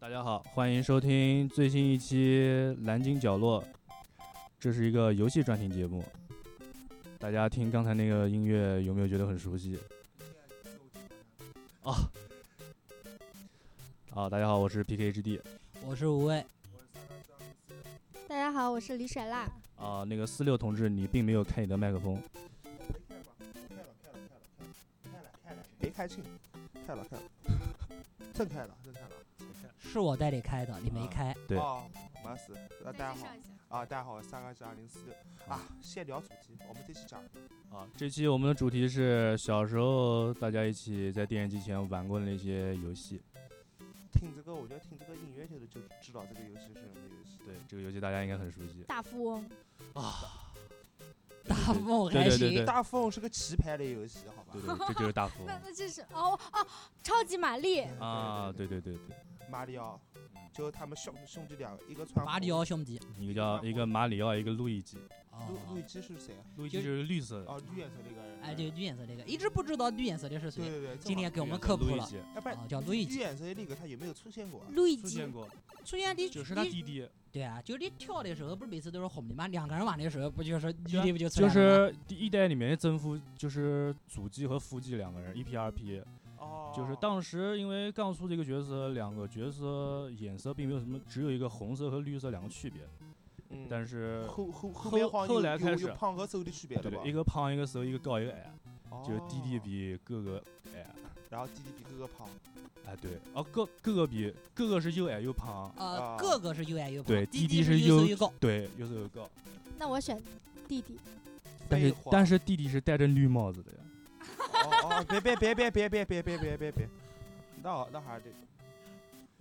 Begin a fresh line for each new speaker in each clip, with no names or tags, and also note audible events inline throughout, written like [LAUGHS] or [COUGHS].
哎欢迎收听最新一期《蓝鲸角落》，这是一个游戏专题节目。大家听刚才那个音乐有没有觉得很熟悉？啊啊！大家好，我是 PKHD
我是无畏，
大家好，我是李甩辣。
嗯
啊。那个四六同志，你并没有开你的麦克风。
没开庆，开了开了，正开了正开了。
是我带你开的，你没开。
对
哦，没事。呃，大家好啊，大家好，我是三个加零四六啊。先聊主题，我们这期讲
啊，这期我们的主题是小时候大家一起在电视机前玩过的那些游戏。
听这个，我觉得听这个音乐就就知道这个游戏是什么游戏。
对，这个游戏大家应该很熟悉。
大富翁，
嗯
大富翁还
对对
行，
大富翁是个棋牌类游戏，好吧
对？对，这就是大富
那 [LAUGHS]
翁
那这是哦哦，超级玛丽，
啊！对对对对。
马里奥，就他们兄兄弟两个，一个穿
马里奥兄弟。
一个叫一个马里奥，一个路易吉。
哦
红，路路易基是谁啊？
路易
吉就是
绿色
哦，绿颜色那个人。
哎，对，绿颜色这个，一直不知道绿颜色这是
对
谁。
对对，
今天给我们科
克
普了，
哎，不是
哦，叫路易
绿
吉。
颜色的那个他有没有出现过啊？
路易
出
吉
现，过，
出现你
就是他
你
弟弟，
对啊，就是你跳的时候不是每次都是红的吗？两个人玩的时候不就是绿的不就出来
就
了吗？
是第一代里面的增夫，就是祖继和夫继两个人，一 P 二 P，
哦，
就是当时因为杠苏这个角色，两个角色颜色并没有什么，只有一个红色和绿色两个区别，
嗯
但是。
后后
后
后面好像
后
有
来
有
开
有
始
胖和瘦的区别
对
了吧
对，？一个胖，一个瘦，一个高，一个矮，就是弟弟
哦
比哥哥矮，
然后弟弟比哥哥胖，
哎对，哦哥哥哥比哥哥是又矮又胖，
呃
啊，
个个是又矮又胖，
对
弟
弟弟是
是又
又
瘦又高。
对，又瘦又高，
那我选弟弟。
但是
废话
但是弟弟是戴着绿帽子的呀，
哦哦，别别别别别别别别别别别，那那还是得。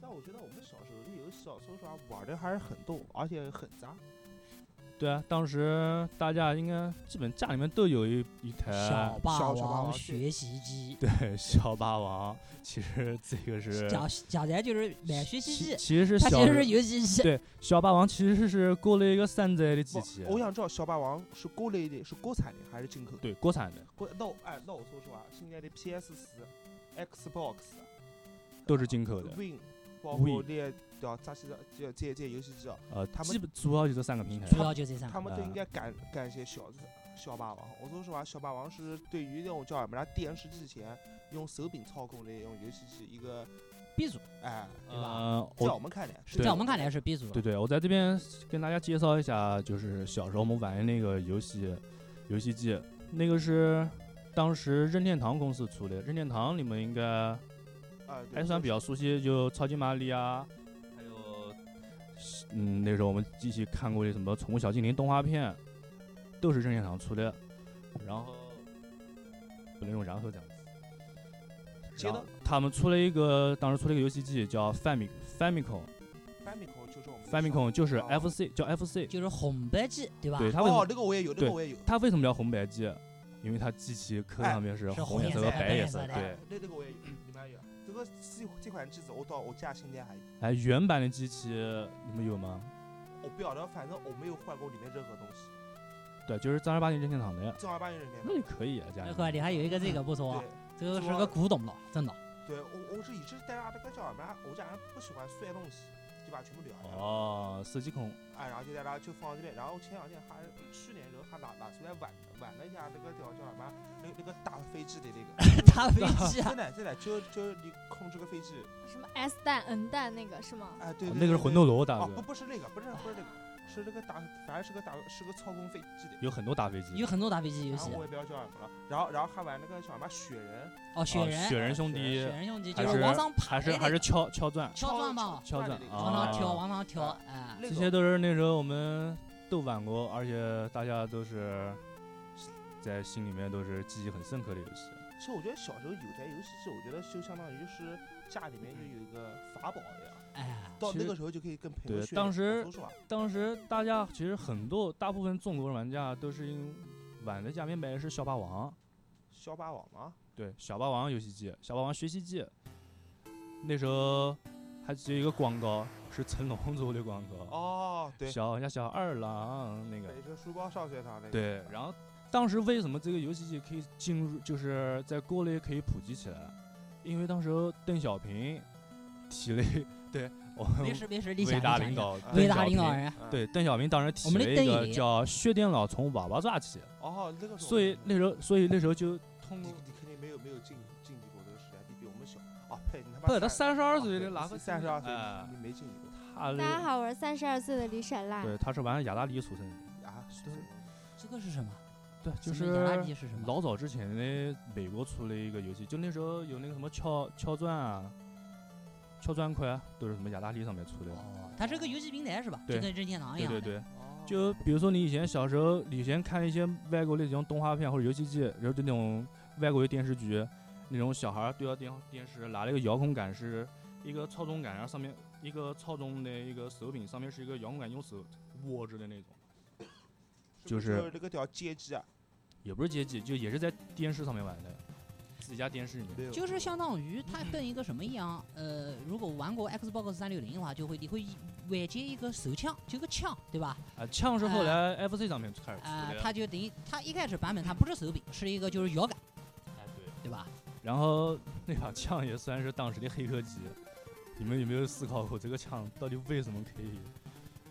但我觉得我们小时候的游戏啊，说实话玩的还是很多，而且很杂。
对啊，当时大家应该基本家里面都有一一台
小霸
小小霸
王
王
学习机，
对 [LAUGHS] 小霸王，其实这个是
讲讲起来就是买学习
其
机，
其实是
它
小
其实是游戏机。
对小霸王其实是过了一个山寨的机器，啊
我想知道小霸王是国内的，是国产的还是进口的？
对国产的
国那我哎，那我说实话，现在的 PS 四、Xbox
都是进口的，
Win，包括
Win
那叫扎西的这这这游戏机啊，
呃，
他们
基本主要就这三个平台，
主要就这三
他
个。
们都应
啊
该感感谢小小霸王。我说实话，小霸王是对于那种叫什么啦电视机前用手柄操控的那种游戏机一个
B 组
哎，
对吧
呃，
在我
我
们看来
是在我们看来是 B 组。
对对，我在这边跟大家介绍一下，就是小时候我们玩的那个游戏，游戏机，那个是当时任天堂公司出的，任天堂你们应该。
啊，对
还算比较熟悉，就超级玛丽啊，还有，嗯，那时候我们一起看过的什么《宠物小精灵》动画片，都是任天堂出的。然后不能用然后这样子。
接
然
到
后他们出了一个，当时出了一个游戏机叫 Famic Famicom
Famicom 就是我们的小
Famicom，就是
啊
FC 叫 FC。
就是红白机，对吧？
对，它为什
哦
么，
那个我也有，那
对
个我也有，
它为什么叫红白机？因为它机器壳
哎
上面是
是
红
红
颜
颜
色
色
和
和
白
白
颜
颜
色
色，的
对
哎。那那个我也有，你们也有。这个这这款机子，我到我家现在还有，
哎，原版的机器你们有吗？
我不晓得，反正我没有换过里面任何东西，
对，就是正儿八经任天堂的。
正儿八经人面
那。也可以啊，家
那
里
块你还有一个这个不错
对
啊，这个是
主要
个古董了，真的。
对，我我是一直带着那个叫什么啦，我家人不喜欢摔东西，就把它全部撂下来了。
哦，四季孔
哎，然后就在那就放这边，然后前两天还去年的时候还拿拿出来玩玩了一下那个叫叫什么，那个那个大飞机的那个
[LAUGHS] [LAUGHS] 大飞机啊
真，的真的就就你控制个飞机，
什么 S 蛋 N 蛋那个是吗？
哎对对
哦
对
那个是魂斗罗，大
哦不
哥，
不是那个不是不是那个，是那个打反正是个打是个操控飞机的，
有很多打飞机
有，很多大飞机游
然
戏啊
后。我也不知道叫什么了，然后然后还玩那个叫什么雪人，
哦，雪
啊
人，
雪
雪
人兄
雪
弟，
人兄弟
还
就是往上爬
还是
的
还是敲敲钻，
敲钻嘛，
敲
的
钻
那个
往上挑，
啊
往上挑
啊，
哎，
那
这
个
些都是那时候我们都玩过，而且大家都是在心里面都是记忆很深刻的游戏。
其实我觉得小时候有台游戏机，我觉得就相当于是家里面就有一个法宝一样，
哎，
到
其
那
实
个时候就可以跟朋友
对
炫
当
耀
时
说实话
当时大家其实很多大部分中国玩家都是因玩的家面买的是小霸王，
小霸王嘛，
对，小霸王游戏机，小霸王学习机，那时候还只有一个广告是成龙做的广告。
哦对，
小家小二郎那个
北，车书包上学堂那个。
对，然后当时为什么这个游戏机可以进入，就是在国内可以普及起来？因为当时候邓小平提了一，对，我
没
们
事没事，你
伟
想
大
你想
领导
想
伟
邓
大
小
嗯领导
平
人，
嗯，
对，邓小平当时提
我们
了
的
一
邓
个
爷
叫“薛颠老从娃娃抓起
哦，那个”，时候
所以那时候，所以那时候就通
你
过，
你肯定没有没有经经历过这个时代，你比我们小啊，呸，你他妈
不，他三
三
十二
啊
岁
对
的哪
你
个
三十二岁
哎，
你没经历过
他
大家
那
好，我是三十二岁的李闪啦。
对，他是玩雅达利出生的，
啊？是
对
什么
这个是什么？
对，就
什么雅拉
是
迪是什么？
老早之前的美国出了一个游戏，就那时候有那个什么敲敲砖啊、敲砖块啊，都是什么雅达利上面出的。
哦，它是个游戏平台是吧？
对
就跟任天堂一
对
样
对
的。
对，
哦
就比如说你以前小时候，你以前看一些外国那种动画片或者游戏机，然后就那种外国的电视剧，那种小孩儿对着啊电电视拿了一个遥控杆，是一个操纵杆，然后上面一个操纵的一个手柄，上面是一个遥控杆，用手握着的那种，
是
就
不
是
那个叫街机啊，
也不是街机，就也是在电视上面玩的，自己家电视里面。
就是相当于它跟一个什么一样，呃，如果玩过 Xbox 三六零的话，就会你会外接一个手枪，就个枪，对吧？
啊，枪是后来 FC 上面开始出
啊、
的。
它就等于它一开始版本它不是手柄，是一个就是摇杆，
哎对。
对吧？
然后那把枪也算是当时的黑科技，你们有没有思考过这个枪到底为什么可以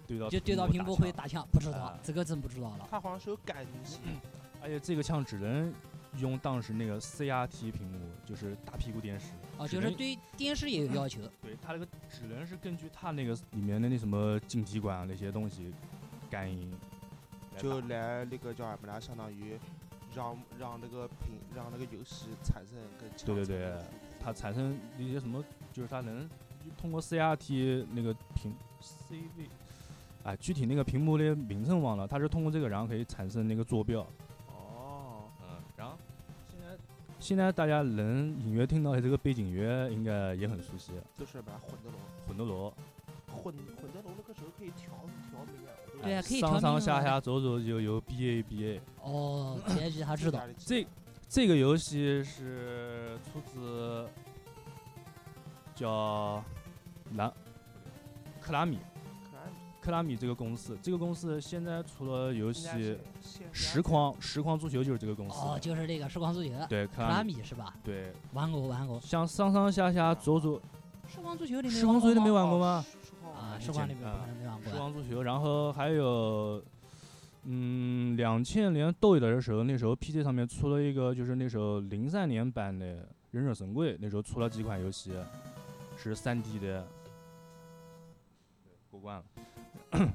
对到
就对到
屏
屏
幕
幕
打枪？
会打枪，不知道、
啊
这个真不知道了。
它好像是有感应器，
而且哎这个枪只能用当时那个 CRT 屏幕，就是大屁股电视。
哦，
只
就是
能
对电视也有要求，
对它那个只能是根据它那个里面的那什么晶体管啊那些东西感应来打。
就来那个叫什么来，相当于让让那个屏让那个游戏产生跟枪
对对
产
对
生互动
它产生一些什么，就是它能通过 CRT 那个屏 CV，哎，具体那个屏幕的名称忘了，它是通过这个，然后可以产生那个坐标。
哦，
嗯，然后现在现在大家能隐约听到的这个背景乐，应该也很熟悉，
就是把混的龙，
《魂斗罗》
混混的龙那个时候可以调调明啊，我都
对啊
哎
可以
上
调
上
命
下
啊
下左左右右 B A B A。
哦，结局他
[COUGHS]
知道。
这这个游戏是出自叫蓝克拉米
可爱
克拉米这个公司，这个公司现在除了游
应该
戏
是现在
实况实况足球就是这个公司的，
哦，就是这个时光足球，
对克
克拉
拉米
米是吧？
对，
玩过玩过。
像上上下下左左
啊时光足球里面
时光足球你没玩过
哦
吗？
实实况
啊，
你
时光里
简
面
啊
可能没玩
时
过。
光足球，然后还有。嗯，两千年斗的时候，那时候 PC 上面出了一个，就是那时候零三年版的《忍者神龟》，那时候出了几款游戏，是三 D 的。过关了。
哎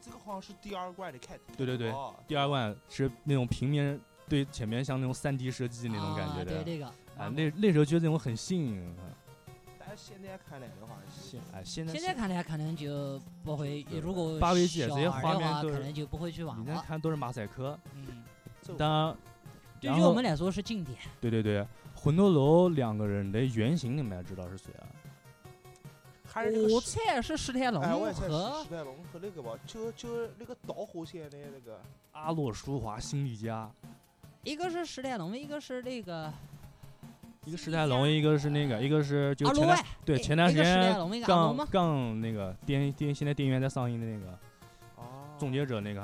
这个好像是第二怪的开头。
对对对，
哦
第二关是那种平面对前面像那种三 D 射击那种感
啊
觉的。
对这个。
啊，
玩过
那那时候觉得那种很新颖。啊
但是现在看来的话，
现哎，现在
现在看来可能就不会
对，
如果
八 V 界
小
这些
孩
画
的
面
话，
都
可
是
能就不会去玩
你那
了。
看都是马赛克，
嗯，
当然，
对
然
于我
后
们来说是经典。
对对对，魂斗罗两个人的原型你们还知道是谁啊？
还是那个
我
石
猜是史泰龙
哎，我也猜是
和
史泰龙和那个吧，就就那个导火线的那个
阿洛舒华辛利加，
一个是史泰龙，一个是那个
一个史泰龙，一个是那个，一个是就
阿
前
罗
段
外。
对
一
前段时
一个史泰
间
龙，一个阿罗
杠
吗？
杠那个电电现在电影院在上映的那个
哦
《终结者》那个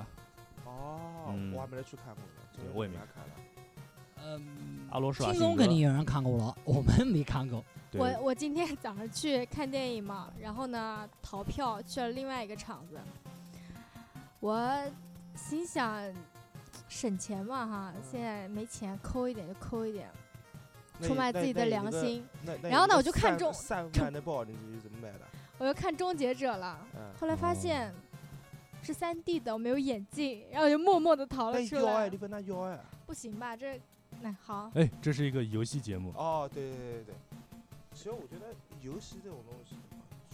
哦
嗯，
我还没得去看过呢，这
对
个
我也没
来看了。
嗯，
阿罗施瓦
金
辛
庸
格
肯，定有人看过
嗯
了，我们没看过。
对
我我今天早上去看电影嘛，然后呢逃票去了另外一个场子，我心想省钱嘛哈，
嗯
现在没钱抠一点就抠一点，
那
出
你
卖
那
自己
那
的
你
良
那个
心，
那那
然后呢我就看中
中三万的包，你是怎么买的？
我又看《终结者》了，
嗯，
后来发
哦
现是三 D 的，我没有眼镜，然后我就默默的逃
那
了出
腰哎，
来
你。问那腰哎。
不行吧，这那好，
哎，这是一个游戏节目，
哦，对对对对对。其实我觉得游戏这种东西，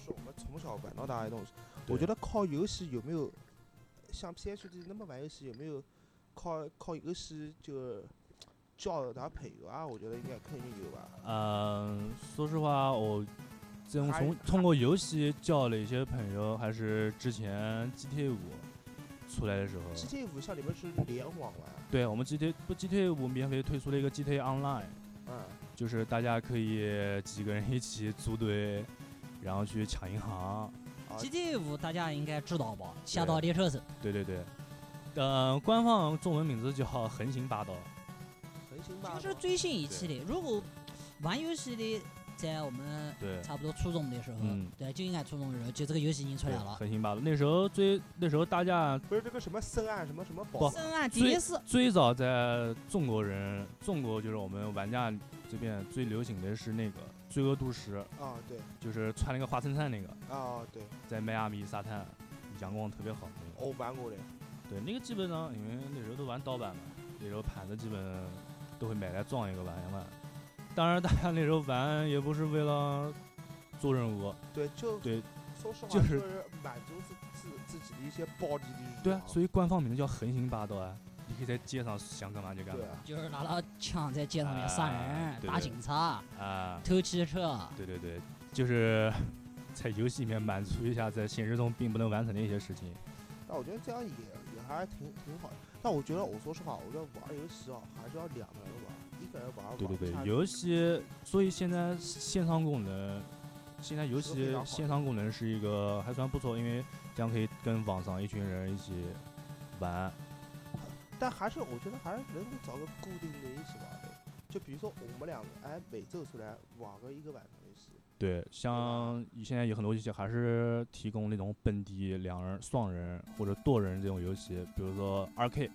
是我们从小玩到大的东西。我
对
觉得靠游戏有没有像 PhD 那么玩游戏有没有靠靠游戏就交到朋友啊？我觉得应该肯定有吧。
嗯，说实话，我这种
还
从通过游戏交了一些朋友，还是之前 GTA 五出来的时候，
GTA 五像你们是联网玩，
对我们 GTA 不 GTA 五免费推出了一个 GTA Online，
嗯，
就是大家可以几个人一起组队，然后去抢银行。
啊
GTA 五大家应该知道吧？
对
侠盗猎车手，
对对对，呃，官方中文名字叫《横行霸道》。
横行
这
霸道。
个是最新一期的。如果玩游戏的在我们
对，
差不多初中的时候，
嗯
对，就应该初中的时候，就这个游戏已经出
对
来了。
横行霸道。那时候最那时候大家
不是这个什么深暗什么什么
不
宝，
深暗
最
敌视，
最早在中国人中国就是我们玩家这边最流行的是那个《罪恶都市》，
啊对
就是穿那个花衬衫那个，
啊对，
在迈阿密沙滩阳光特别好那个。
我玩过的，
对，那个基本上因为那时候都玩盗版嘛，那时候盘子基本都会买来装一个玩一玩。当然，大家那时候玩也不是为了做任务，
对就
对
说实话
就
就是是满足自自自己的一些暴力的欲望，
对啊，所以官方名字叫横行霸道啊，你可以在街上想干嘛就干
对
嘛
啊
就是拿了枪在街上面杀
哎
人、
对
打
对
警察、
啊，
偷汽车。
对对对，就是 [LAUGHS] 在游戏里面满足一下在现实中并不能完成的一些事情。
但我觉得这样也也还挺挺好的。但我觉得我说实话，我觉得玩游戏啊，还是要两个人玩，一个人玩
对对
啊
对，
玩
游戏，所以现在线上功能，现在游
是个非
戏
常好的
线上功能是一个还算不错，因为这样可以跟网上一群人一起玩。
但还是我觉得还是能够找个固定的一起玩的，就比如说我们两个哎每周出来玩个一个晚上游戏，
对，像现在有很多游戏还是提供那种本地两人、双人或者多人这种游戏，比如说 R K、
啊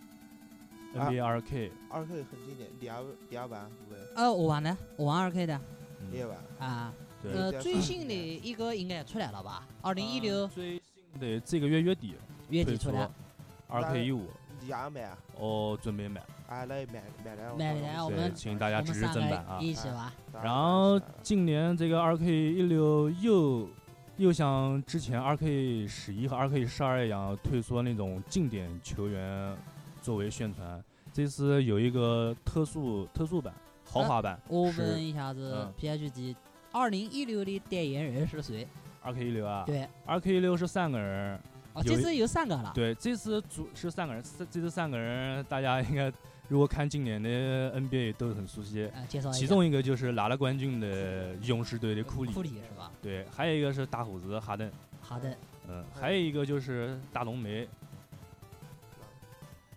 NBA R K，、
二 K 很经典，你还你还玩不会？
呃，我玩的，我玩二 K 的
嗯
你也玩？
啊。
对
呃，
对
最新的一个应该出来了吧？二零一六
呃最新的这个月月底
月
推
底
出
出来，
R
但
K
是
一五，
你也买啊？
哦，准备买。
哎，那也买买来
买来我
对
们
请大家
我
支
们
持
三
正版
个
啊！
一起玩。
然后今年这个 R K 一六又又像之前 R K 十一和 R K 十二一样推出那种经典球员作为宣传，这次有一个特殊特殊版豪华版，
呃我问
是
一下子
嗯
PSG 二零一六的代言人是谁？
R K 一六啊，
对，
，R K 一六是三个人，有
哦，这
一
次有三个了。
对，这次主是三个人，这这次三个人大家应该如果看今年的 N B A 都很熟悉，
啊，介绍一下。
其中一个就是拿了冠军的勇士队的库里，
库里是吧？
对，还有一个是大胡子哈登。
好的，
嗯，还有一个就是大浓眉，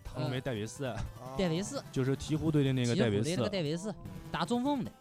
大浓眉
呃
戴维斯，啊
[LAUGHS] 戴维
哦
斯，
就是鹈鹕队的那个
吉
戴
普
维
的那个
斯。嗯
戴维斯，打中锋的。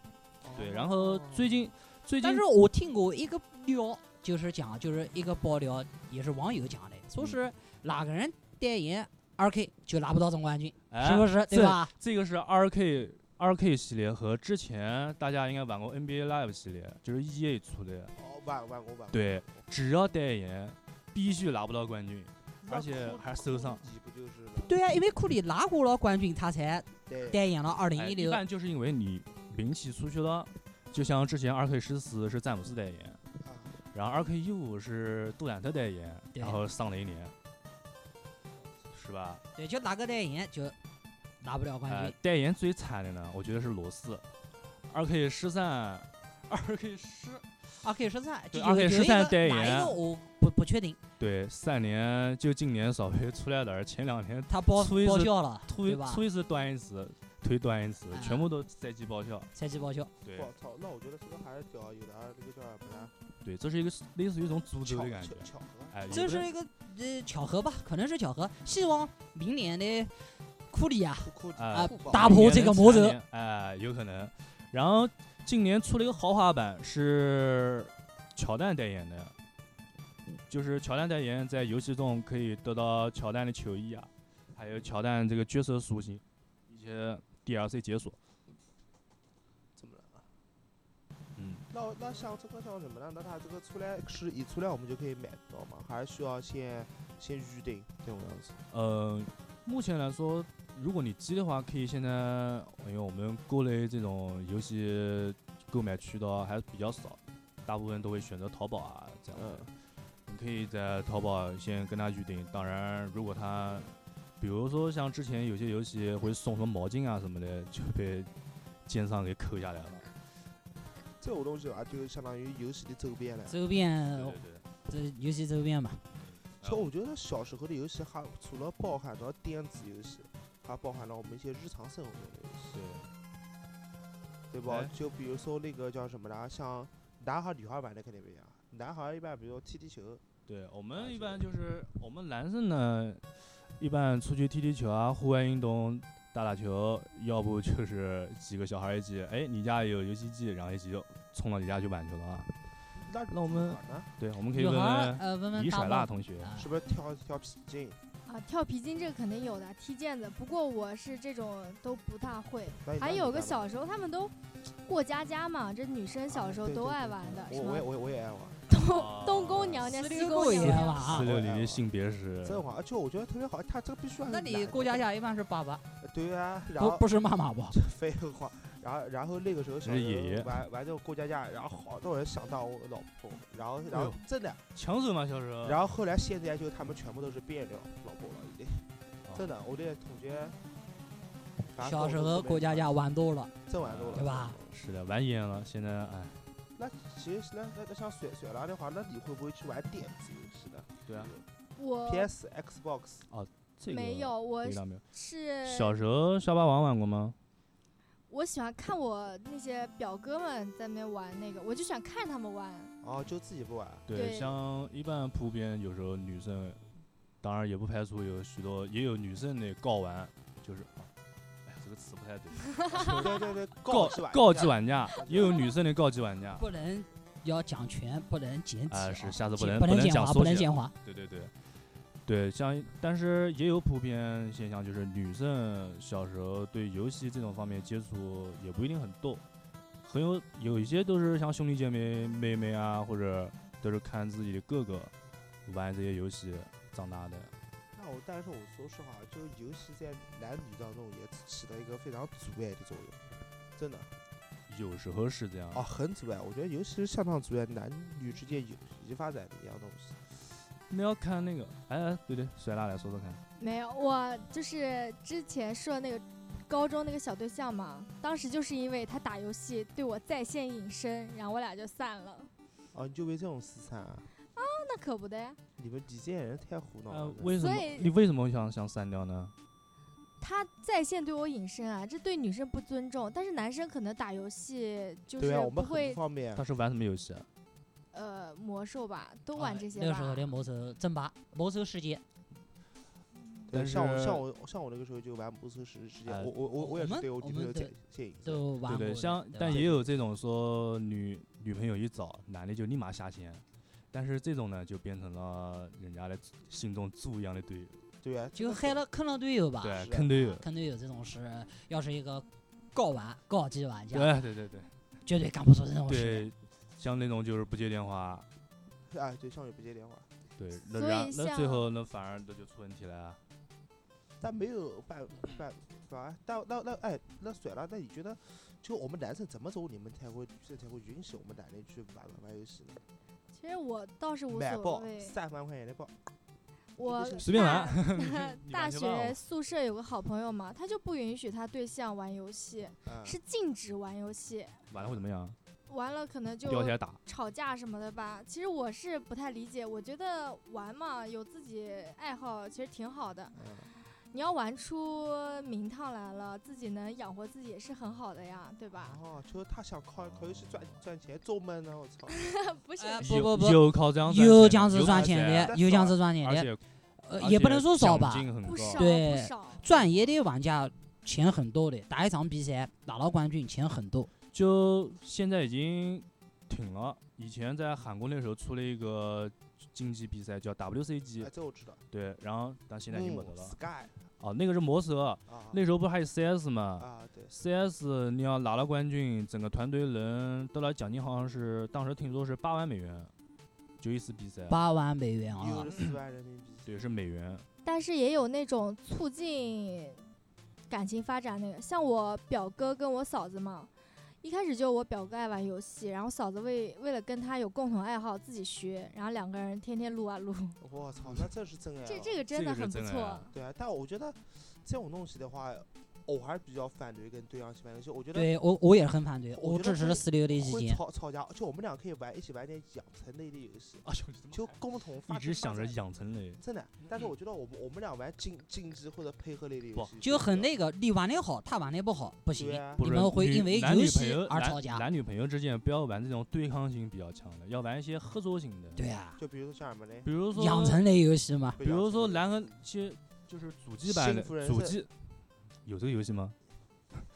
对，
哦
然后最近最近
但是我听过一个料，就是讲，就是一个爆料，也是网友讲的，
嗯
说是哪个人代言 2K 就拿不到总冠军，
哎
是不是？对
这
吧？
这个是 R K R K 系列和之前大家应该玩过 NBA Live 系列，就是 E A 出的，
哦，玩玩过玩过。
对只要代言必须拿不到冠军。
那
而且
库
还收上
库里不就是了？
对啊，因为库里拿过了冠军，他才
对
代言了
哎
2016
一。般就是因为你名气出去了，就像之前 R K 十四是詹姆斯代言，
啊
然后 R K 一五是杜兰特代言，
对
然后上了一年，是吧？
对，就哪个代言就拿不了冠
呃
军。，
代言最惨的呢，我觉得是罗斯，二 K 十三，二 K 十，
二 K 十三，
对
就有
2K 13
有一个
代言
哪一个我不不确定，
对，三年就今年稍微出来点儿，前两年
他报
出一次
报销了，
出
对
一
吧？
出一次端一次，推端一次，全
啊
部都赛季报销。
赛季报销，
对
我操，那我觉得这个还是屌，有点儿那个叫什么来，
对，这是一个类似于一种诅咒
巧
的感觉
巧。巧合。
哎，有
这
的
是一个呃巧合吧，可能是巧合。希望明年的库里啊，
库库里
啊
库吧
打破这个魔咒
明年的前年哎，有可能。然后今年出了一个豪华版，是乔丹代言的，就是乔丹代言在游戏中可以得到乔丹的球衣啊，还有乔丹这个角色属性，一些 DLC 解锁。
怎么了啊？
嗯，
那那像这个叫什么呢？那它这个出来是一出来我们就可以买到吗？还是需要先先预定这种样子？
呃，目前来说，如果你急的话，可以现在因为我们国内这种游戏购买渠道还比较少，大部分都会选择淘宝啊这
嗯
样的。你可以在淘宝先跟他预定，当然如果他，比如说像之前有些游戏会送什么毛巾啊什么的，就被奸商给扣下 [LAUGHS] 来了。
这种东西啊，就相当于游戏的周边
嗯
了。
周边
对对对，
这游戏周边吧，
其实我觉得小时候的游戏还除了包含到电子游戏，还包含到我们一些日常生活中的游戏，
对
对吧？
哎
就比如说那个叫什么来，像男孩女孩玩的肯定不一样。男孩一般比如说踢踢球，
对，我
啊
们一
是
般就是我们男生呢，一般出去踢踢球啊，户外运动打打球，要不就是几个小孩一起，哎，你家有游戏机，然后一起就冲到你家去玩去了啊。
那
那我们
哪儿呢？
对，我们可以
女
问
孩儿
问
呃问问
李
大
甩辣
漠
同学，
啊
是不是跳跳皮筋？
啊，跳皮筋这个肯定有的，踢毽子。不过我是这种都不大会
哎那你，
还
那
有
你
个
干嘛
小时候他们都过家家嘛，这女生小时候
啊对
都
对
爱
对
玩的，
我
什
我也
么
我也我也爱玩，
啊
东东宫娘娘、
四
西
六
宫
六也
娘
玩
娘，
啊
四。六
我
里
爱
的
玩
性别是
真玩，而且我觉得特别好，他这个必须要
那
是
你
男
过
的
家家一般是爸爸，
对啊，然
不
后
不是妈妈吧？
[LAUGHS] 废话，然后然后那个时候小
是
时候
爷爷
玩玩这种过家家，然后好多人想当我老婆，然后然
哎
后
呦嗯
真的，
抢手嘛，小时候。
然后后来现在就他们全部都是变了老婆了，已经
哦
真的，我这同学，反正
小
跟
时
我们
候
后面
过家家玩多了，
真玩多了，
对吧
是的，玩厌了，现在哎，
那其实那那那像水水拉的话，那你会不会去玩电子游戏呢
对啊，
我
？PS、Xbox，
这个
没有，呃我
回答没有。
是
小时候沙巴王玩过吗？
我喜欢看我那些表哥们在那边玩那个，我就喜欢看他们玩。
哦，就自己不玩。
对
像一般普遍有时候女生，当然也不排除有许多也有女生的告玩，就是，哎呀，这个词不太对，
对对对，
告
知玩
告
家
知玩家，也有女生的告知玩家。
不能要讲全，不能简体
啊是下次不
简
能
不
不能
简
讲
化，
缩
不能
写
简化。
对对对，对，像但是也有普遍现象，就是女生小时候对游戏这种方面接触也不一定很多，很有有一些都是像兄弟姐妹、妹妹啊，或者都是看自己的哥哥玩这些游戏长大的。
那我但是我说实话，就是游戏在男女当中也起到一个非常阻碍的作用，真的
有时候是这样，
啊，很阻碍。我觉得尤其是相当阻碍男女之间友谊发展的一样东西。
那要看那个，哎哎，对对，甩拉来说说看，
没有，我就是之前说那个高中那个小对象嘛，当时就是因为他打游戏对我在线隐身，然后我俩就散了。
啊，你就为这种私产、啊，
那可不的，
你们你这些人太胡闹了。
呃，
真的
为什么
所以
你为什么想想删掉呢？
他在线对我隐身啊，这对女生不尊重。但是男生可能打游戏就是
对啊，我
不
们很
会
不方便
他。是玩什么游戏啊？
呃魔兽吧，都
啊
玩这些吧。
那个时候的魔兽争霸、魔兽世界，
对，
但
像我
是
像我像我那个时候就玩魔兽世界，
哎
我我我
我
也是
们
对我
我
女朋
们
友
对
建建议。
都玩
对
过的。
对，像
吧
但也有这种说女女朋友一找，男的就立马下线，但是这种呢就变成了人家的心中猪一样的队友，
对啊，
就
黑
害了坑了队友吧。
对，
是
坑队友，
坑队友这种事，要是一个高玩高级玩家，
对对对对
绝对哦干不出这种事。
对，像那种就是不接电话，
啊，对，像也不接电话，
对，那
所
然
以
那最
像
后那反而那就出问题了啊。
但没有办办法。但那那哎，那水了，那你觉得，就我们男生怎么走，你们才会女生才会允许我们男人去玩玩游戏呢？
其实我倒是无
买
所
爆
谓，
三万块钱的爆，
我
随
随便
大
玩
呃
你
大
[LAUGHS]
完全忘
学
了
宿舍有个好朋友嘛，他就不允许他对象玩游戏，
嗯
是禁止玩游戏，
完了会怎么样？
完了可能就
吊起来打，
吵架什么的吧。其实我是不太理解，我觉得玩嘛，有自己爱好其实挺好的。
嗯
你要玩出名堂来了，自己能养活自己也是很好的呀，对吧？ [LAUGHS]
哦，就是他想靠靠游戏赚赚钱，做梦呢！我操，
嗯
不是，
哎不
有
不不
有靠这样赚
有
钱
这样子
有
赚
靠
钱
这
的，
赚
有这样
钱
子赚钱
而
的，
且
呃，
而
也不
且
能说少
奖
吧。
金很
不
高
少不
对
少。
专业的玩家钱很多的，打一场比赛拿到冠军钱很多。
就现在已经挺了。以前在韩国那时候出了一个竞技比赛叫 WCG，
哎，这我知道。
对，然后但现在已经没得了。
Sky
哦，那个是魔蛇，
啊，
那时候不还有 CS 吗
啊对，
？CS 你要拿了冠军，整个团队人得到奖金好像是当时听说是八万美元，就一次比赛。
八万美元啊
又！是四万人民币。
对，是美元。
但是也有那种促进感情发展那个，像我表哥跟我嫂子嘛，一开始就我表哥爱玩游戏，然后嫂子为为了跟他有共同爱好自己学，然后两个人天天撸啊撸，
我操，那这是真爱啊。
这这个真
哎这
的
个是
很不
真爱
错
啊。
对啊，但我觉得这种东西的话，我还是比较反对跟对象一起玩游戏。我觉得
对我我也是很反对，
我
我
觉得
支持
会
四六的意
会
见。
吵吵架，就我们俩可以玩一起玩点养成类的游戏，
哎呦，你
啊就共同发
一直
展
想着
发展
养成类，
真的，但是我觉得我们我们俩玩竞竞技或者配合类的游
不
戏
就很
那
那个，你玩的好，他玩的不好，不行
对，啊，
不
你
是
们会
女
因为
男
游
女
戏
朋友
而
男
吵架
男女朋友之间不要玩这种对抗性比较强的，要玩一些合作型的。
对，啊，
就比如说像什么嘞，
比如说
养成类游戏嘛，
不
比
养
如
成
说
类
蓝和些就是主机版的
幸福人
主
生
机，有这个游戏吗？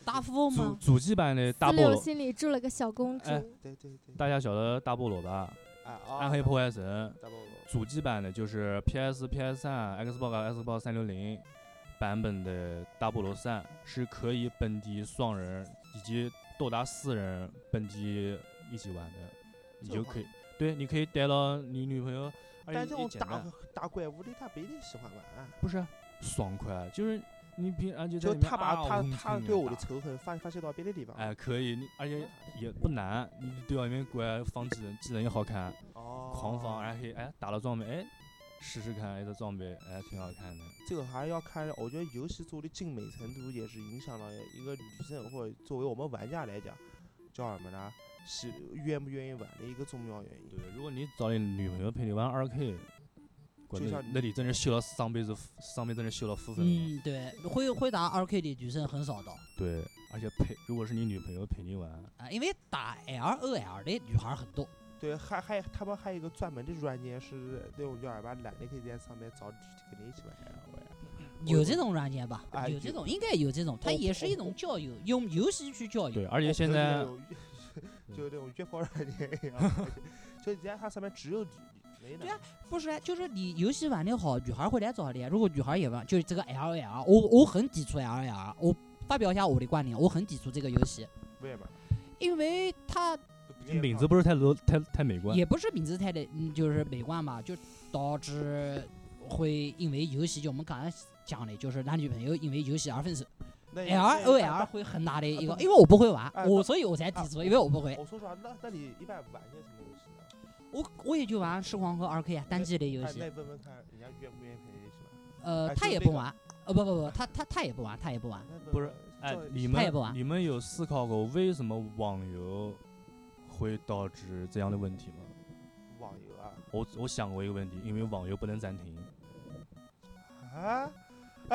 大富翁
主
吗？
主机版的大
四
菠
六
萝，
心里住了个小公主，
哎
对对对，
大家晓得大菠萝吧？
啊啊，
暗黑破坏神。
大菠萝，
主机版的就是 PS、PS 三、Xbox、Xbox 啊三六零版本的大菠萝三，是可以本机双人以及多达四人本机一起玩的，你
这
就
话
可以，对，你可以带到你女朋友，而
但
且
这
也
种
简
打
单，
打怪物的他不一定喜欢玩啊、
不是爽快，啊就是你平而且在
就
里面
他把
啊
他
轰
他
轰
对
轰
我的
打
仇恨发发泄到别的地方。
哎，可以，你而且也不难，你对外面怪放技能，技能也好看，
哦，
狂放，而且哎打了装备，哎试试看，哎这装备哎挺好看的。
这个还要看，我觉得游戏做的精美程度也是影响了一个女生或者作为我们玩家来讲，叫什么呢？是愿不愿意玩的一个重要原因。
对，如果你找你女朋友陪你玩二 K，关
就
键
像
那你真是修了上辈子福，上辈子真是修了福分了。
嗯，对，会会打二 K 的女生很少的，
对，而且陪，如果是你女朋友陪你玩，
啊，因为打 LOL 的女孩很多。
对，还还他们还有一个专门的软件是那种叫什么，懒得可以在上面找跟你一起玩呀。我呀
有这种软件吧？
哎
有
有
这种，应该有这种，它
我
也是一
我
种交友，用游戏去交友。
对，而且
我
现
朋友
在
有
[LAUGHS]
就那种约炮软件一样，就人家它上面只有没
对啊不是，就是你游戏玩的好，女孩会来找你。啊如果女孩也玩，就是这个 L L，我我很抵触 L L，我发表一下我的观点，我很抵触这个游戏，
为什么？
因为它
名字不是太罗太太美观，
也不是名字太的，嗯就是美观吧，就导致会因为游戏，就我们刚才讲的，就是男女朋友因为游戏而分手。
那
L
那
O
一般
L
般
会很大的
哎啊
一个，
不
因为我不会玩
哎，
我
不
所以我才
啊
抵触，因为我不会，
我说实话，那那你一般玩些什么游戏呢？
我我也就玩实况和二 K 啊，单机类游
哎
戏
那。问问看，人家愿不愿意陪你一起玩？
呃，
哎
他
就
也
那
不
个
玩，呃，不不不，他他他也不玩，他也不玩。
那
不是
问问
哎
照，
你
他也不
们
玩
你们有思考过为什么网游会导致这样的问题吗？
网游啊
我我想过一个问题，因为网游不能暂停，
啊
对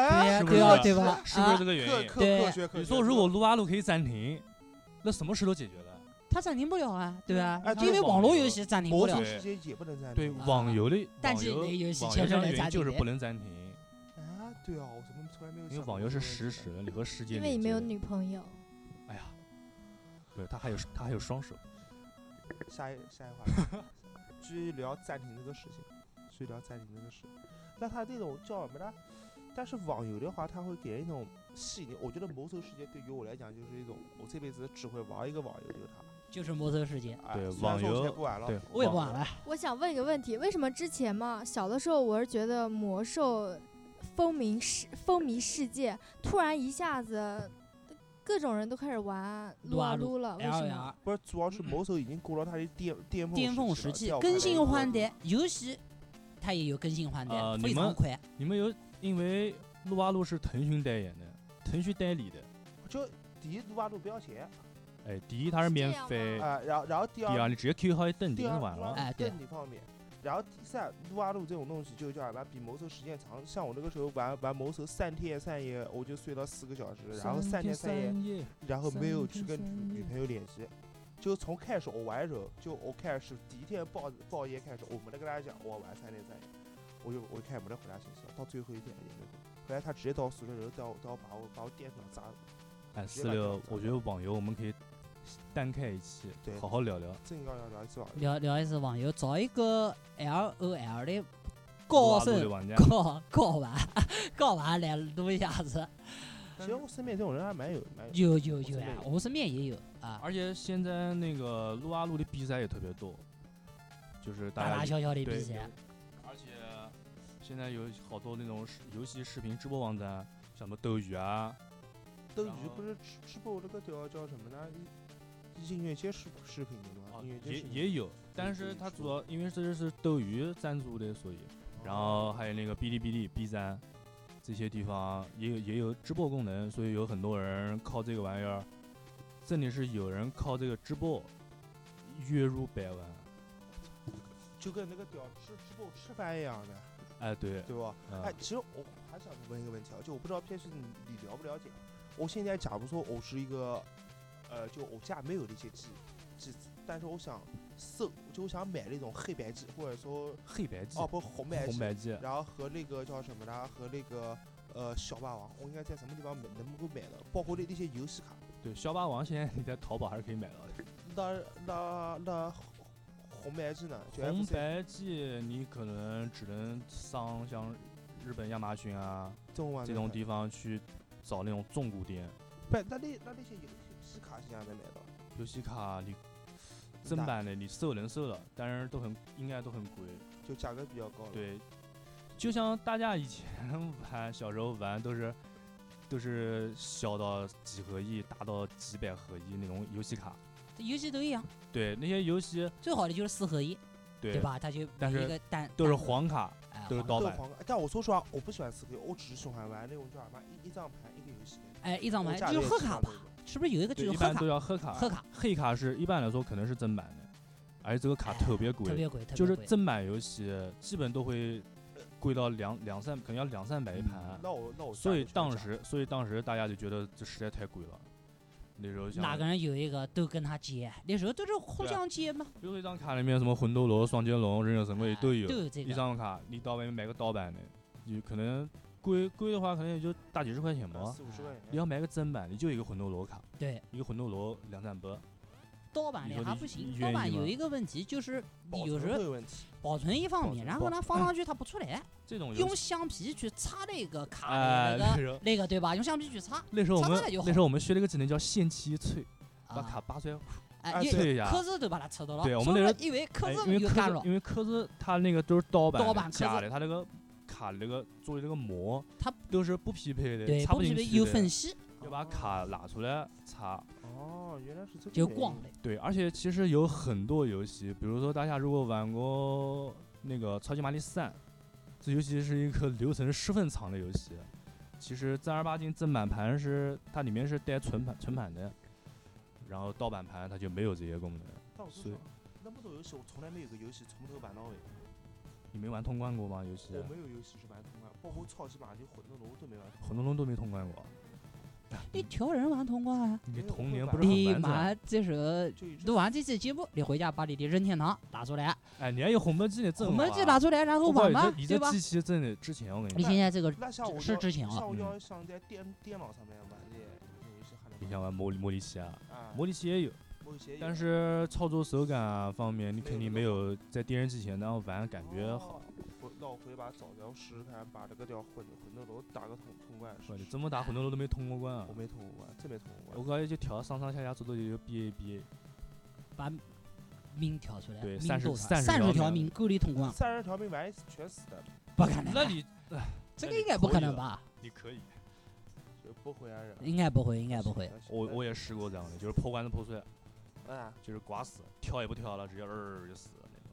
哎
呀，
是不
对
是
呀，
啊
对吧？
是不是
啊
这，个
科
原因？
科
对
科学科学。
你说如果撸啊撸可以暂停，那什么事都解决了。
他暂停不了啊，对吧
哎？
因
对
为
网
网络
游
游戏暂停不
魔
了
兽
对。
世界也不能暂
对
停啊
网游的
但
网
是
游
那游戏
网
确
游
实
上
能
的原
暂
因就是
停
不能暂停，
啊，对啊，我怎么从来没有想过这个问题呢？
因为网游是实时的，你和世界
因为你
连
没有
接
女朋友。
哎呀，对他还有他还有双手，
下一下一话
[LAUGHS]
题，继续聊暂停这个事情，继续聊暂停这个事。那它这种叫什么呢？但是网游的话，它会给人一种吸引力。我觉得魔兽世界对于我来讲就是一种，我这辈子只会玩一个网游，就是它。
就是魔兽世界，
哎
对
虽然
网
说我
游
现在不玩了，
对
我也不
网
玩了。
我想问一个问题，为什么之前嘛，小的时候我是觉得魔兽风靡世风靡世界，突然一下子各种人都开始玩撸
撸啊
啊
撸
撸了，为
L
什
L
么？
不是，主要是
嗯
魔兽已经过了它的巅巅峰
巅峰
时
时期
了在我
更
看来
新换
就是
代，游戏它也有更新换代，
呃
非
你
常
们
快。
你们有因为撸啊撸是腾讯代言的，腾讯代理的，
就第一撸啊撸不要钱
哎，第一它是
是这
免
样
费，
啊，然后然后第
第二
二
你直接 Q 好一登
第
顶
二
就
撸
完
啊
了。
哎
撸
对
更你方便。然后第三，撸啊撸这种东西就叫什么？比魔兽时间长。像我那个时候玩玩魔兽三天三夜，我就睡到四个小时，然后三天三夜，
夜，
然后没有
三
去
天
跟
三
女女
夜
朋友联系。就从开始我玩的时候，就我开始第一天爆爆夜开始，我没得跟大家讲我玩三天三夜，我就我就开始没得回他信息了，到最后一天也没回。后来他直接到宿舍楼，到到把我把我电脑砸了，
哎，
直
四
接把
六我觉
电，脑砸了
得网游我们可以单开一期
对，
好好聊聊。
正要要聊一次网游，
聊聊一次网游，找一个 L O L 的
撸
高
啊撸的
手
玩
[LAUGHS]
家，
高高玩高玩来撸一下子，
其实我身边这种人还蛮有蛮有。
有有有
身
呀
边，有
我身边也有啊，
而且现在那个撸啊撸的比赛也特别多，就是大
大
家
大小小的比
对
赛。
而且现在有好多那种视游戏视频直播网站，像什么斗鱼啊，
斗
然
鱼
后
不是直直播那个叫叫什么呢？音音乐节视视频的吗？音乐节
哦也
视频
也有，但是它主要因为这是斗鱼赞助的，所以，
哦
然后还有那个哔哩哔哩、B 站这些地方也有也有直播功能，所以有很多人靠这个玩意儿，真的是有人靠这个直播月入百万，
就跟那个屌吃直播吃饭一样的，
哎，对，
对吧？
嗯
哎，其实我还想问一个问题啊，就我不知道 P S 你你了不了解？我现在假如说我是一个，呃，就我家没有那些机机子，但是我想搜，就我想买那种黑白机，或者说
黑白机、
哦不红白
红白机，
然后和那个叫什么呢？和那个呃小霸王，我应该在什么地方买能够买到，包括那那些游戏卡。
对，小霸王现在你在淘宝还是可以买到的。
那那那红红白机呢？就
红
FC
白机你可能只能上像日本亚马逊啊
这种玩
这
的
种
很
地方去找那种中古店，
不，那那那那些游戏卡现在能买到？
游戏卡你正
那
版的你售能售了，但是都很应该都很贵。
就价格比较高了。，
对，就像大家以前 [LAUGHS] 玩小时候玩都是都是小到几合一，大到几百合一那种游戏卡。
这游戏都一样，
对，那些游戏
最好的就是四合一，
对
对吧？它就
但
每
是
一个单
都是
单个
黄卡，
哎
都是
黄
盗
都
版。
黄卡。但我说实话，我不喜欢四 K，我只是喜欢玩那种叫什么一一张牌一个游戏那种。
哎一张牌
我家
就是
里也
贺
喜
卡
欢
吧
那种？
是不是有一个
对，
就
一
是贺
般
卡
都？叫黑卡。
贺卡
黑卡是一般来说可能是正版的，而且这个卡
哎
特别贵，
特别贵，特别
就是
贵
正版游戏基本都会贵到两两三，可能要两三百一
嗯
盘。啊
那我那我
所
家
以
里全是
当
假的
时，所以当时大家就觉得这实在太贵了。那时候像
哪个人有一个都跟他接，那时候都是互
对啊
相接嘛，
比如说一张卡里面什么魂斗罗、双截龙、忍者神龟
哎
都有，
都有这
一
个。
张卡你到外面买个盗版的，你可能贵贵的话可能也就大几十块钱
呃
吧。
四五十
啊
块
你
钱。
要买个正版，你就一个魂斗罗卡，
对，
一个魂斗罗两三百，
盗版
你
的
说
还
你
不行，
愿
盗
意
版有
吗
一个问题就是
保
你有
存
时
会
候
有问题，
保存一
保
方
存
面，然
保嗯
后呢放上去它不出来，
这种游
用
戏
橡皮去擦那个卡
哎
的，
那
那个
时候
那个对吧？用橡皮去擦，
那时候我们
擦了就好
那时候我们学了一个技能叫限期脆，把卡
啊，
拔出来，
哎
啊，
因
对
为
呀
刻字都把它吃到了，
对我
所
们
以
那
说
时
因为刻
哎
字
因为
有
科
干
兹
扰，
因为科兹它那个都是盗版的
盗版科
假
兹
的，它那个卡那个做的那个膜，
它
都是不匹配的，
对，
插
不
不进
匹
去
配有
的
分析
要把卡拿出来插。
哦，原来是这个
就
原
逛
因
嘞，
对，而且其实有很多游戏，比如说大家如果玩过那个《超级玛丽三》，这游戏是一个流程十分长的游戏。其实正儿八经正版盘是它里面是带存盘存盘的，然后盗版盘它就没有这些功能。
但我说
所
实
以
话，那么多游戏我从来没有个游戏从头玩到尾，
你没玩通关过吗？游戏
我没有游戏是玩通关，包括超级玛丽、魂斗罗我都没玩
魂
通
斗龙都没通关过，
你哎挑人玩通关啊！
你
没有
童
会
年
玩
不是
你
很完整？
妈这时候
关，就一直
录完这期节目，你回家把你的任天堂拿出来，啊
哎，你还有红焖鸡的证
我们
号
就
啊
拿出来，然后
我告诉你
玩
这
嘛，
你
对
这
吧？
机器真的之前我跟你
你
说，
现在这个
那像我
是
要
之前啊
像我
嗯
要上在电电脑上面玩这些游戏还能
你
玩
想玩模拟模拟器啊？
啊，
模拟器也有。
某些
但是操作手感啊方面，你肯定没有在电视机前那样玩感觉好。
好。我那我哦回把早聊试试看，把这个叫魂魂斗罗打个通通关试
哇你
试。
怎么打魂斗罗都没通过关啊
我？没通过关，真没通过
我
关。
感觉就调上上下下左左右右 B A B A，
把命挑出来，
对
命
30
够他
30
30条
条命
命够你通关，
三十条命玩全死的，
不可能
那
吧，
你
这
那
个
你
应该不
可
可
以
能
了
吧？
你可以，
就不回安人。
应该不会，应该不会。
我我也试过这样的，就是破罐子破摔，
啊，
就是刮死，跳也不跳了，直接呃就死了那种。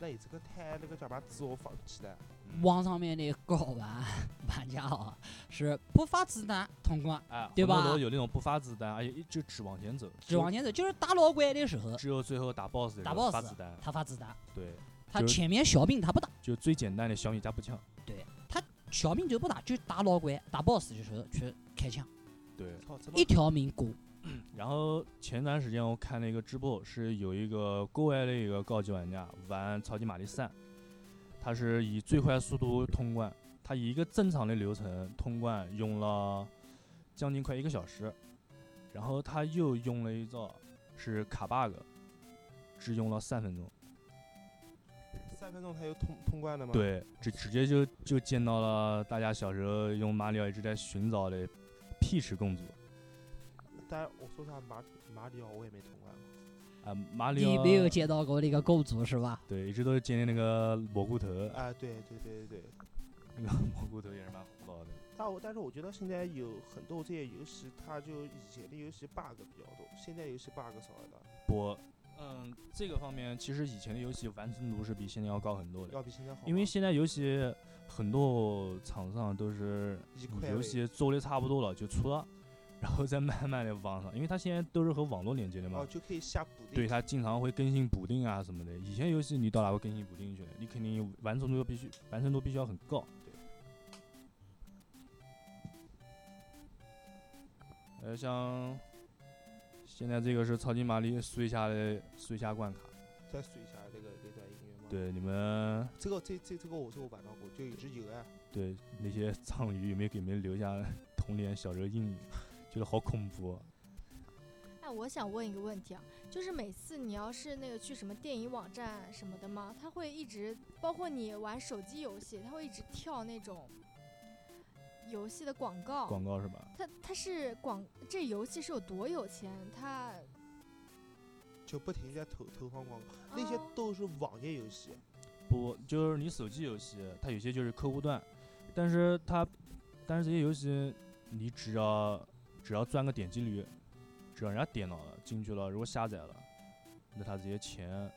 那你这个太那个叫啥自我放弃了。
嗯
网上面的高玩 [LAUGHS] 玩家啊，是不发子弹通关，
哎，
对吧
魂斗罗有那种不发子弹，而且一直只往前走，
只往前走，就是打老怪的时候
只有最后打 BOSS 的时
打
候
boss，
发子弹。
他发子弹，
对，
他
就是
前面小兵他不打，
就最简单的小米加步枪。
对他小兵就不打，就打老怪打 boss 的时候去开枪，
对，
操，这么
一条命过。
然后前段时间我看了一个直播，是有一个国外的一个高级玩家玩《超级玛丽三》，他是以最快速度通关，他以一个正常的流程通关用了将近快一个小时，然后他又用了一招是卡 bug，只用了三分钟，
三分钟他就通通关了吗？，
对，直直接就就见到了大家小时候用马里奥一直在寻找的 Peach 公主
但是我说实话，马马里奥我也没通关过。
啊、马里
你
奥
没有见到过那个公主是吧？
对，一直都是见那个蘑菇头。
啊，对对对对对。
那个哎蘑菇头也是蛮胡闹的。
但我但是我觉得现在有很多这些游戏，它就以前的游戏 bug 比较多，现在游戏 bug 少了，
不，嗯，这个方面其实以前的游戏完成度是比现在要高很多的，
要比现在好吗。
因为现在游戏很多厂商都是
以快
游
为
戏做的差不多了就出了，然后再慢慢的往上，因为它现在都是和网络连接的嘛
哦，，就可以下补丁。
对，它经常会更新补丁啊什么的。以前游戏你到哪会更新补丁去的？你肯定完成度必须完成度必须要很高。
对。
呃，像现在这个是超级玛丽碎下的碎下关卡，
再数一下这个那段音乐吗？，
对你们
这个这这这个我是我玩到过，就一直有哎，
对那些 [LAUGHS] 藏语有没有给你们留下 [LAUGHS] 童年小时候阴影，觉得好恐怖哦。
哎，我想问一个问题啊，就是每次你要是那个去什么电影网站什么的嘛，它会一直，包括你玩手机游戏，它会一直跳那种游戏的广告。
广告是吧？
它它是广这游戏是有多有钱？它
就不停地在投投放广告，那些
哦
都是网页游戏，
不，就是你手机游戏，它有些就是客户端，但是它，但是这些游戏你只要只要赚个点击率，只要人家点到了进去了，如果下载了，那他这些钱，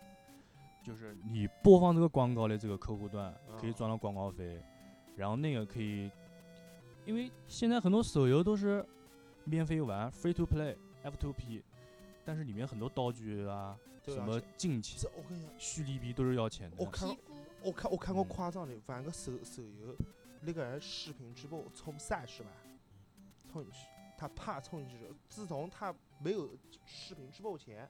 就是你播放这个广告的这个客户端可以赚到广告费，然后那个可以，因为现在很多手游都是免费玩，free to play F to P，但是里面很多道具啊，
对
什
吧？
么近期
这我跟你讲，
蓄力币都是要钱的。
我看
皮
到
肤
我看我看过
嗯
夸张的，玩个手手游，那个人视频直播充三十万，
嗯
充进去，他怕充进去，自从他没有视频直播前，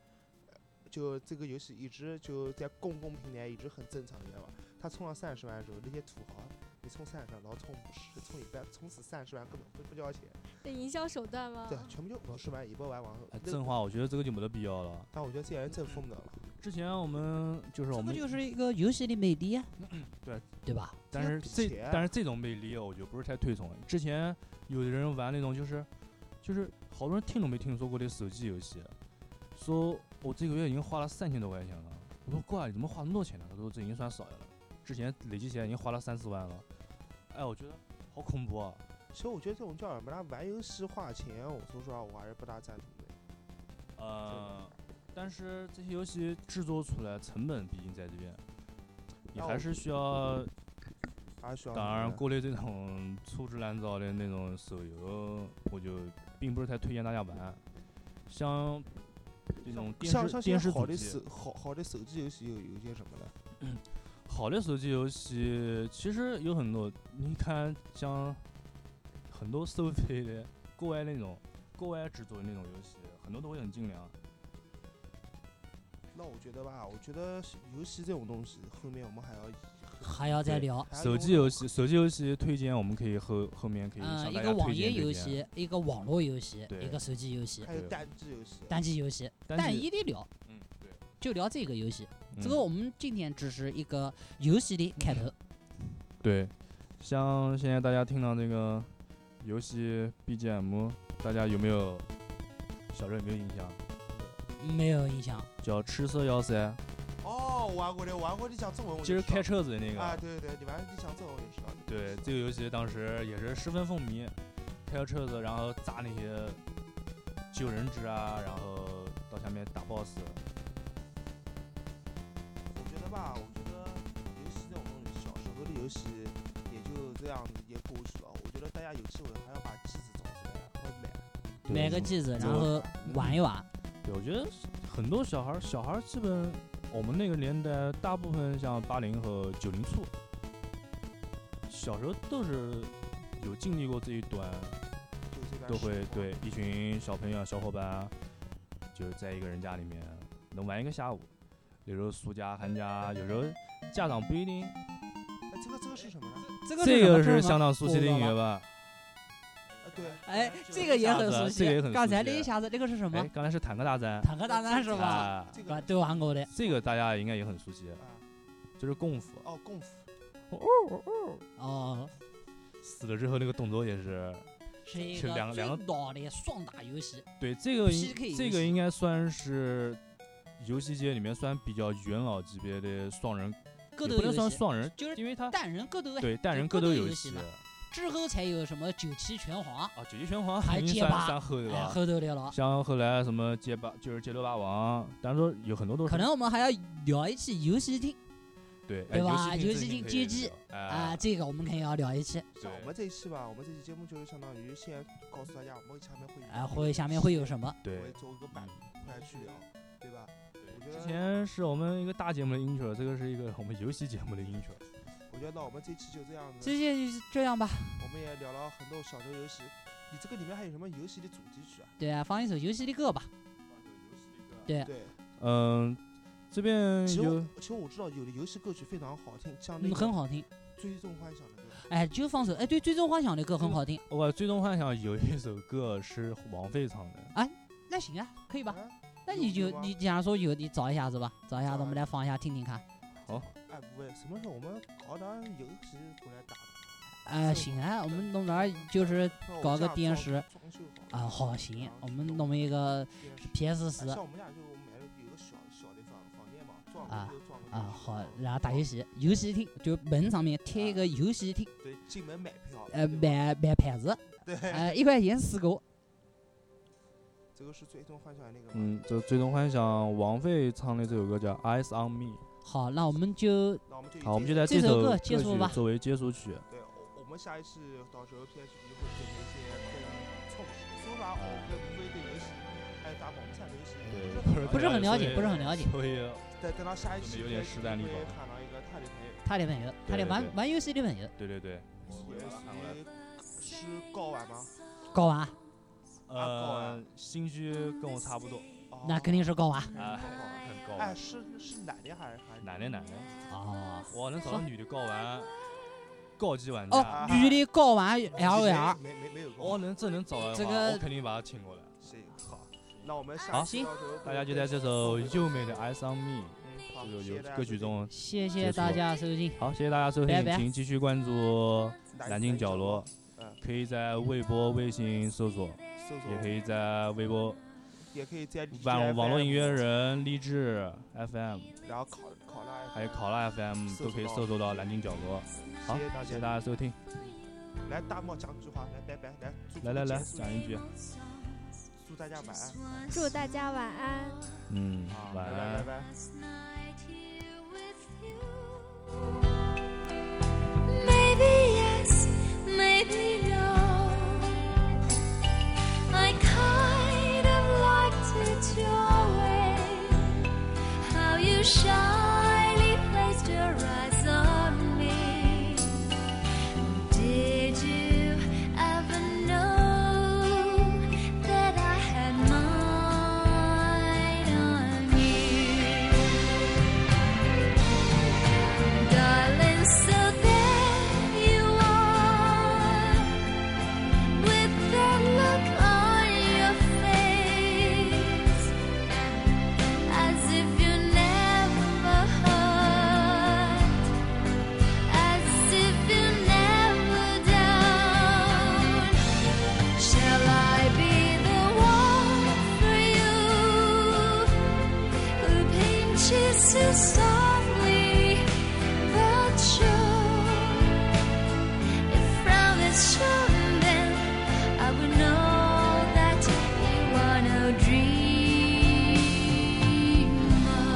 呃就这个游戏一直就在公共平台一直很正常，你知道吧？他充了三十万的时候，那些土豪，你充三十万，然后充五十，充一百，充此三十万根本不不交钱，
的营销手段吗？
对，啊全部就五十万一百万往后
哎，。
那
真话，我觉得这个就没得必要了。
但我觉得这些人真疯了，
之前我们就是我
这不
们，嗯
就是一个游戏的魅力啊？
对
对吧？
但是
比
这
钱
但是这种魅力，哦我就不是太推崇了。之前有的人玩那种就是就是好多人听都没听说过的手机游戏，说我这个月已经花了三千多块钱了。我说怪，你怎么花那么多钱呢？他说这已经算少的了，之前累积起来已经花了三四万了。哎，我觉得好恐怖啊！
其实我觉得这种叫什么呢？玩游戏花钱，我说实话，我还是不大赞同的。
呃，但是这些游戏制作出来成本毕竟在这边，你
那
还
我
是需要
还是需要
当
努力
然，
的
国内这种粗制滥造的那种手游，我就并不是太推荐大家玩。像这种电
像
视
像现
电
在
视
好
主
的
机，
手好好的手机游戏有有些什么呢？
好的手机游戏其实有很多。你看，像很多收费的国外那种国外制作的那种游戏，很多都会很精良。
那我觉得吧，我觉得是游戏这种东西，后面我们还要
还要再
对
聊。
还要
手
弄
机游戏，手机游戏推荐我们可以后后面可以
嗯、
向
一
大
个
家
网
推
页
荐
游
推荐。
戏，一个网络游戏，
对
一个手机游戏
弄，还有
对
单机游戏，
单机游戏，
单
单
机
一的聊，
嗯，对。
就聊这个游戏。这
嗯
个我们今天只是一个游戏的开头。
对，像现在大家听到这个游戏 BGM，大家有没有小时候有没有印象？
没有印象，
叫《赤色要塞》，
哦，玩过的，玩过的讲中文我
就
就是知道
开车子的那个。
啊，对对对，你玩你讲中文我就知道。
对，这个游戏当时也是十分风靡，开着车子然后砸那些救人质啊，然后到下面打 BOSS。
我觉得吧，我觉得游戏这种东西，小时候的游戏也就这样子也过去了。我觉得大家有机会还要把机子找出来，啊然后买。
买嗯个嗯机子，
这
然
个
后玩一玩。
对，我觉得很多小孩儿，小孩儿基本我们那个年代，大部分像八零后、九零初，小时候都是有经历过这一段，
就这段
都
时
会
光
对一群小朋友、小伙伴，啊就是在一个人家里面能玩一个下午，有时候暑假、寒假，有时候家长不一定。
哎，这个这个是什么呢？
这
这个是
是
相当熟悉的音乐
吧？
吧？
啊，对，
哎，这个
一
也
下
很
子
熟
这个也
悉
很。
刚
熟
才
悉
那一下子，那个是什么
哎？，刚才是坦克大战，
坦克大战是吧？
啊，
这个
啊，都玩过的
这个大家应该也很熟悉，
啊，
就是功夫。
哦，功夫。
哦，
死了之后那个动作也是，
是一
是
个
两
最
两
老的双打游戏。
对这个应
PK 游
这个
戏
应该算是游戏界里面算比较元老级别的双人，
格
也
斗
不能
游
算
戏，
双人，
就是
因为它
单人格斗哎
对单
就
人
格斗
斗
游戏
戏
嘛
啊，
之后才有什么九七拳皇，
九级拳皇
还
肯定
啊街
算
霸
算后的
哎，
吧。
后头的了。
像后来什么街霸，就是街头霸王，当然说有很多都是
可能我们还要聊一期游戏厅
对
对吧
哎游
游戏
厅
厅
可以
街机
聊
啊，
哎，
这个我们肯定要聊一期。
像我们这一期吧，我们这期节目就是相当于先告诉大家，我们下面会有
哎，会下面会有
么，
什么？
对
会做一个板块去聊，对吧？我觉
之
得，
前是我们一个大节目的 intro，这个是一个我们游戏节目的 intro。
我觉得那我们这期就这样子
这，些就是这样吧。
我们也聊了很多小时候游戏。你这个里面还有什么游戏的主题曲啊？
对啊，放一首游戏的歌吧。对
对，
嗯，这边
其实
有
我其实我知道有的游戏歌曲非常好听，像那
嗯，很
个《
好听。
最终幻想》的歌，
哎，就放手。哎，对，最终幻想的歌很好听。
我《最终幻想》有一首歌是王菲唱的，
那行啊，可以吧？
啊
那
有
你
有
就
吗
你既然说有，你找一下子吧，找一啊下子，
找
我们来放一下听听看。
哎，不会，什么时候我们搞点游戏过来打？
哎，
是
行啊，我们弄点儿就是
那我
搞
这
个
样
电
装
视
装修好
啊，
了
好行
啊，
我们弄一个
电视
PS
哎
十
像我们家就买了有个小小的房房间嘛，装个
啊
就装个
啊，
游戏
好
房，
然后打游戏，游戏厅就门上面贴一个游戏厅，
对，进门买票，
呃，
对吧
买买牌子，
对，
呃，一块钱四个。
这个是最终幻想的那个嘛。
嗯，这《最终幻想》王菲唱的这首歌叫《Eyes on Me》，
好，那我们就
那我们就以
好，我们就在
这
这
这
首
首
歌
歌
结
曲
束吧
作为结束曲。
对，我我们下一次到时候 PSP 会准备一些可以凑合，说实话，我
啊
们不会对游戏，还有打宝木赛游戏，
对，
不是很了解，不是很了解。
所以
等等到下一
准备
期
有点
PSP
势单力
会
薄
看到一个他的朋友，
他的朋友，他的
对
玩
对
玩游戏的朋友，
对对
啊
对，
也是是高玩吗？
高娃，
啊高啊
呃，心虚跟我差不多，
哦
那肯定是高娃。
啊
高玩
很高
哎，
玩。
是是男的还是还是
男的男的，
哦
我能找到女的告完，告级玩家。
哦，女的高娃
啊
LL，
没没没有高
我
玩，
能这能找到
这
的话，
个
我肯定把她请过来。
行好，那我们下
好
期
行
到时候
大家就在这首优美的《Eyes on Me
嗯》好，
这
谢谢
首
大
有歌
家收
曲
听
中。
谢
结
谢
束
大家收听。
好，谢谢大家收
拜拜
听，请继续关注南京角落，
嗯，
可以在微博、微信搜索，
搜索
也可以在微博
也可以在
网网络音乐
人，
人励志 FM，
然后考考拉 FM，
还有考拉 FM
搜
都可以
索到
搜索到南京角落。好
谢谢大，
谢谢
家，
大家收听，
来大漠讲句话，来拜拜，来祝
来来来
祝结束
讲一句，
祝大家晚安
嗯祝大家晚安。
嗯
啊，，
晚
拜拜拜
安。
拜。
Maybe yes, maybe no. I kind of liked it your way. How you shyly placed your eyes on me. Did you ever know that I had mine on you? Darling, so there you are with that look on your face, as if you never hurt, as if you never down. Shall I be the one for you who pinches so softly? that show if from this then I would know that you are no dreamer.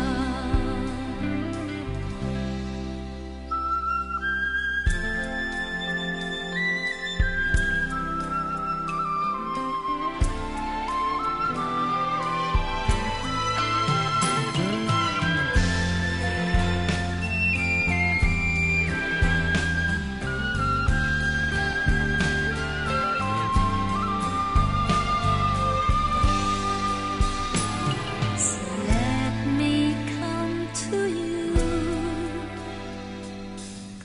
So let me come to you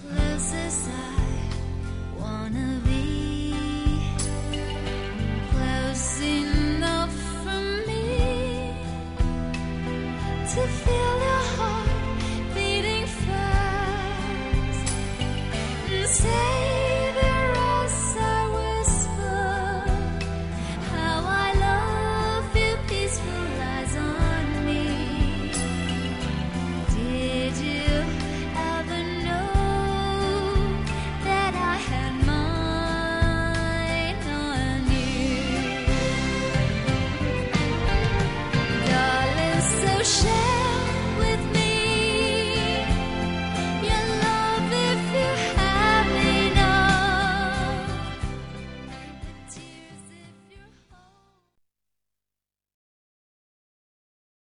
close as I wanna be close enough for me to feel